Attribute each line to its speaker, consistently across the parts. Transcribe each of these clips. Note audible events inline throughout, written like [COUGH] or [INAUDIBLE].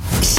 Speaker 1: Paris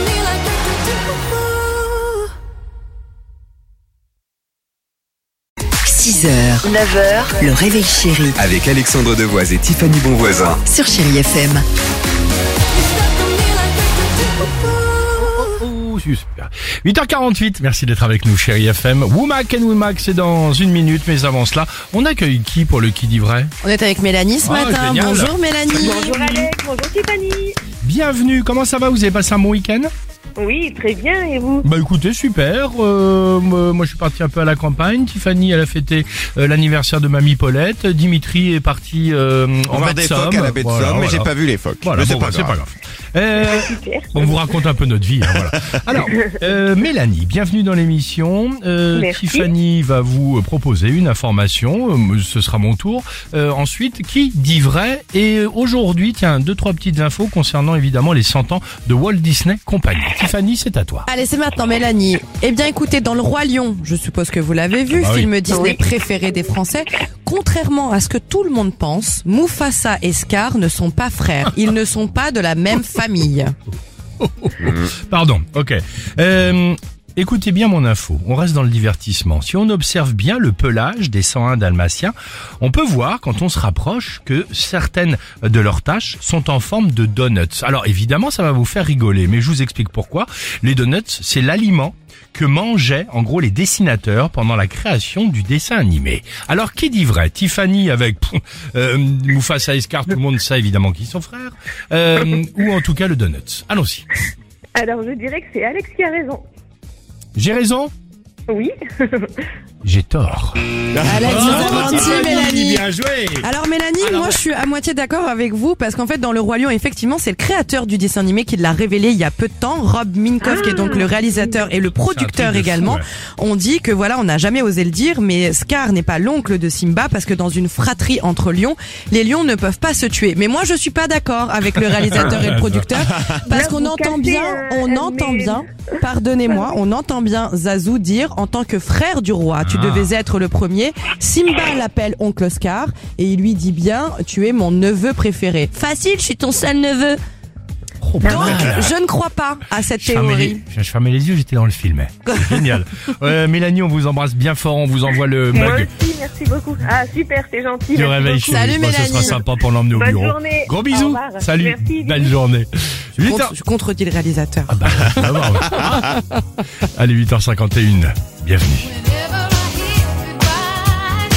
Speaker 2: me like we could do.
Speaker 1: 6h, 9h, le réveil chéri
Speaker 3: Avec Alexandre Devoise et Tiffany Bonvoisin.
Speaker 1: sur Chérie FM.
Speaker 2: It's stuck on me like we could do.
Speaker 4: Oh, super. 8h48, merci d'être avec nous, chérie FM. Womack and Womack, c'est dans une minute, mais avant cela, on accueille qui pour le qui dit vrai
Speaker 5: On est avec Mélanie ce
Speaker 4: Ah,
Speaker 5: matin.
Speaker 4: génial.
Speaker 5: Bonjour Mélanie.
Speaker 6: Bonjour Alex, bonjour Tiffany.
Speaker 4: Bienvenue, comment ça va Vous avez passé un bon week-end
Speaker 6: Oui, très bien, et vous
Speaker 4: Bah écoutez, super. Euh, moi, moi, je suis parti un peu à la campagne. Tiffany, elle a fêté euh, l'anniversaire de mamie Paulette. Dimitri est parti euh, en
Speaker 7: On va
Speaker 4: baie de
Speaker 7: des
Speaker 4: Somme.
Speaker 7: phoques à la baie de Somme,
Speaker 4: Voilà,
Speaker 7: mais j'ai
Speaker 4: voilà.
Speaker 7: pas vu les phoques.
Speaker 4: Voilà,
Speaker 7: Mais c'est
Speaker 4: bon,
Speaker 7: pas
Speaker 4: bah, c'est pas
Speaker 7: grave.
Speaker 4: grave. Euh,
Speaker 6: Super.
Speaker 4: [LAUGHS] On vous raconte un peu notre vie. hein, [LAUGHS] voilà. Alors, euh, Mélanie, bienvenue dans l'émission. Euh,
Speaker 6: Merci.
Speaker 4: Tiffany va vous euh, proposer une information. Euh, ce sera mon tour. Euh, ensuite, qui dit vrai Et euh, aujourd'hui, tiens, deux trois petites infos concernant évidemment les 100 ans de Walt Disney Company. Tiffany, c'est à toi.
Speaker 5: Allez, c'est maintenant Mélanie. Eh bien écoutez, dans Le Roi Lion, je suppose que vous l'avez vu,
Speaker 4: Ah bah oui.
Speaker 5: film Disney
Speaker 6: Oui.
Speaker 5: préféré des Français, contrairement à ce que tout le monde pense, Mufasa et Scar ne sont pas frères. Ils ne sont pas de la même famille.
Speaker 4: Pardon, ok. Euh, écoutez bien mon info, on reste dans le divertissement. Si on observe bien le pelage des 101 dalmatiens, on peut voir quand on se rapproche que certaines de leurs taches sont en forme de donuts. Alors évidemment, ça va vous faire rigoler, mais je vous explique pourquoi. Les donuts, c'est l'aliment que mangeaient en gros les dessinateurs pendant la création du dessin animé. Alors qui dit vrai Tiffany avec pff, euh, Mufasa et Scar, tout le monde sait évidemment qu'ils sont frères, euh, ou en tout cas le donut. Allons-y.
Speaker 6: Alors, je dirais que c'est Alex qui a raison.
Speaker 4: J'ai raison
Speaker 6: Oui,
Speaker 4: J'ai tort.
Speaker 5: Alex, vous avez menti, Mélanie.
Speaker 4: Bien joué
Speaker 5: Alors Mélanie, moi je suis à moitié d'accord avec vous parce qu'en fait dans Le Roi Lion, effectivement, c'est le créateur du dessin animé qui l'a révélé il y a peu de temps, Rob Minkoff, qui est donc le réalisateur et le
Speaker 4: Ah. C'est un
Speaker 5: producteur
Speaker 4: truc de fou,
Speaker 5: également.
Speaker 4: ouais.
Speaker 5: On dit que voilà, on n'a jamais osé le dire, mais Scar n'est pas l'oncle de Simba parce que dans une fratrie entre lions, les lions ne peuvent pas se tuer. Mais moi je suis pas d'accord avec le réalisateur et
Speaker 4: [LAUGHS]
Speaker 5: le producteur parce
Speaker 6: Là,
Speaker 5: qu'on
Speaker 6: vous
Speaker 5: entend
Speaker 6: cassez,
Speaker 5: bien,
Speaker 6: euh,
Speaker 5: on
Speaker 6: mais-
Speaker 5: entend bien, pardonnez-moi, on entend bien Zazu dire en tant que frère du roi, tu
Speaker 4: Ah.
Speaker 5: devais devais être le premier. Simba l'appelle oncle Oscar et il lui dit bien tu es mon neveu préféré. Facile, je suis ton seul neveu.
Speaker 4: Oh, pas
Speaker 5: Donc
Speaker 4: mal.
Speaker 5: je ne crois pas à cette
Speaker 4: Je fermais, les,
Speaker 5: théorie.
Speaker 4: je fermais les yeux, j'étais dans le film. C'est Génial. Euh, Mélanie, on vous embrasse bien fort, on vous envoie le
Speaker 6: moi
Speaker 4: mug
Speaker 6: aussi, merci beaucoup. Ah, super, c'est gentil.
Speaker 4: du
Speaker 6: merci
Speaker 4: réveil
Speaker 6: beaucoup.
Speaker 4: chez Bah,
Speaker 5: Salut,
Speaker 4: Ce sera
Speaker 5: Mélanie.
Speaker 4: sympa pour l'emmener au
Speaker 6: Bonne
Speaker 4: bureau.
Speaker 6: journée.
Speaker 4: Gros
Speaker 6: Au
Speaker 4: bisous.
Speaker 6: revoir.
Speaker 4: Salut.
Speaker 6: Merci.
Speaker 4: Belle journée.
Speaker 5: Je,
Speaker 4: 8
Speaker 5: contre- je contredis le réalisateur.
Speaker 4: Ah bah, ça va, ouais. Allez, 8h51. Bienvenue.
Speaker 2: Whenever I hear goodbye.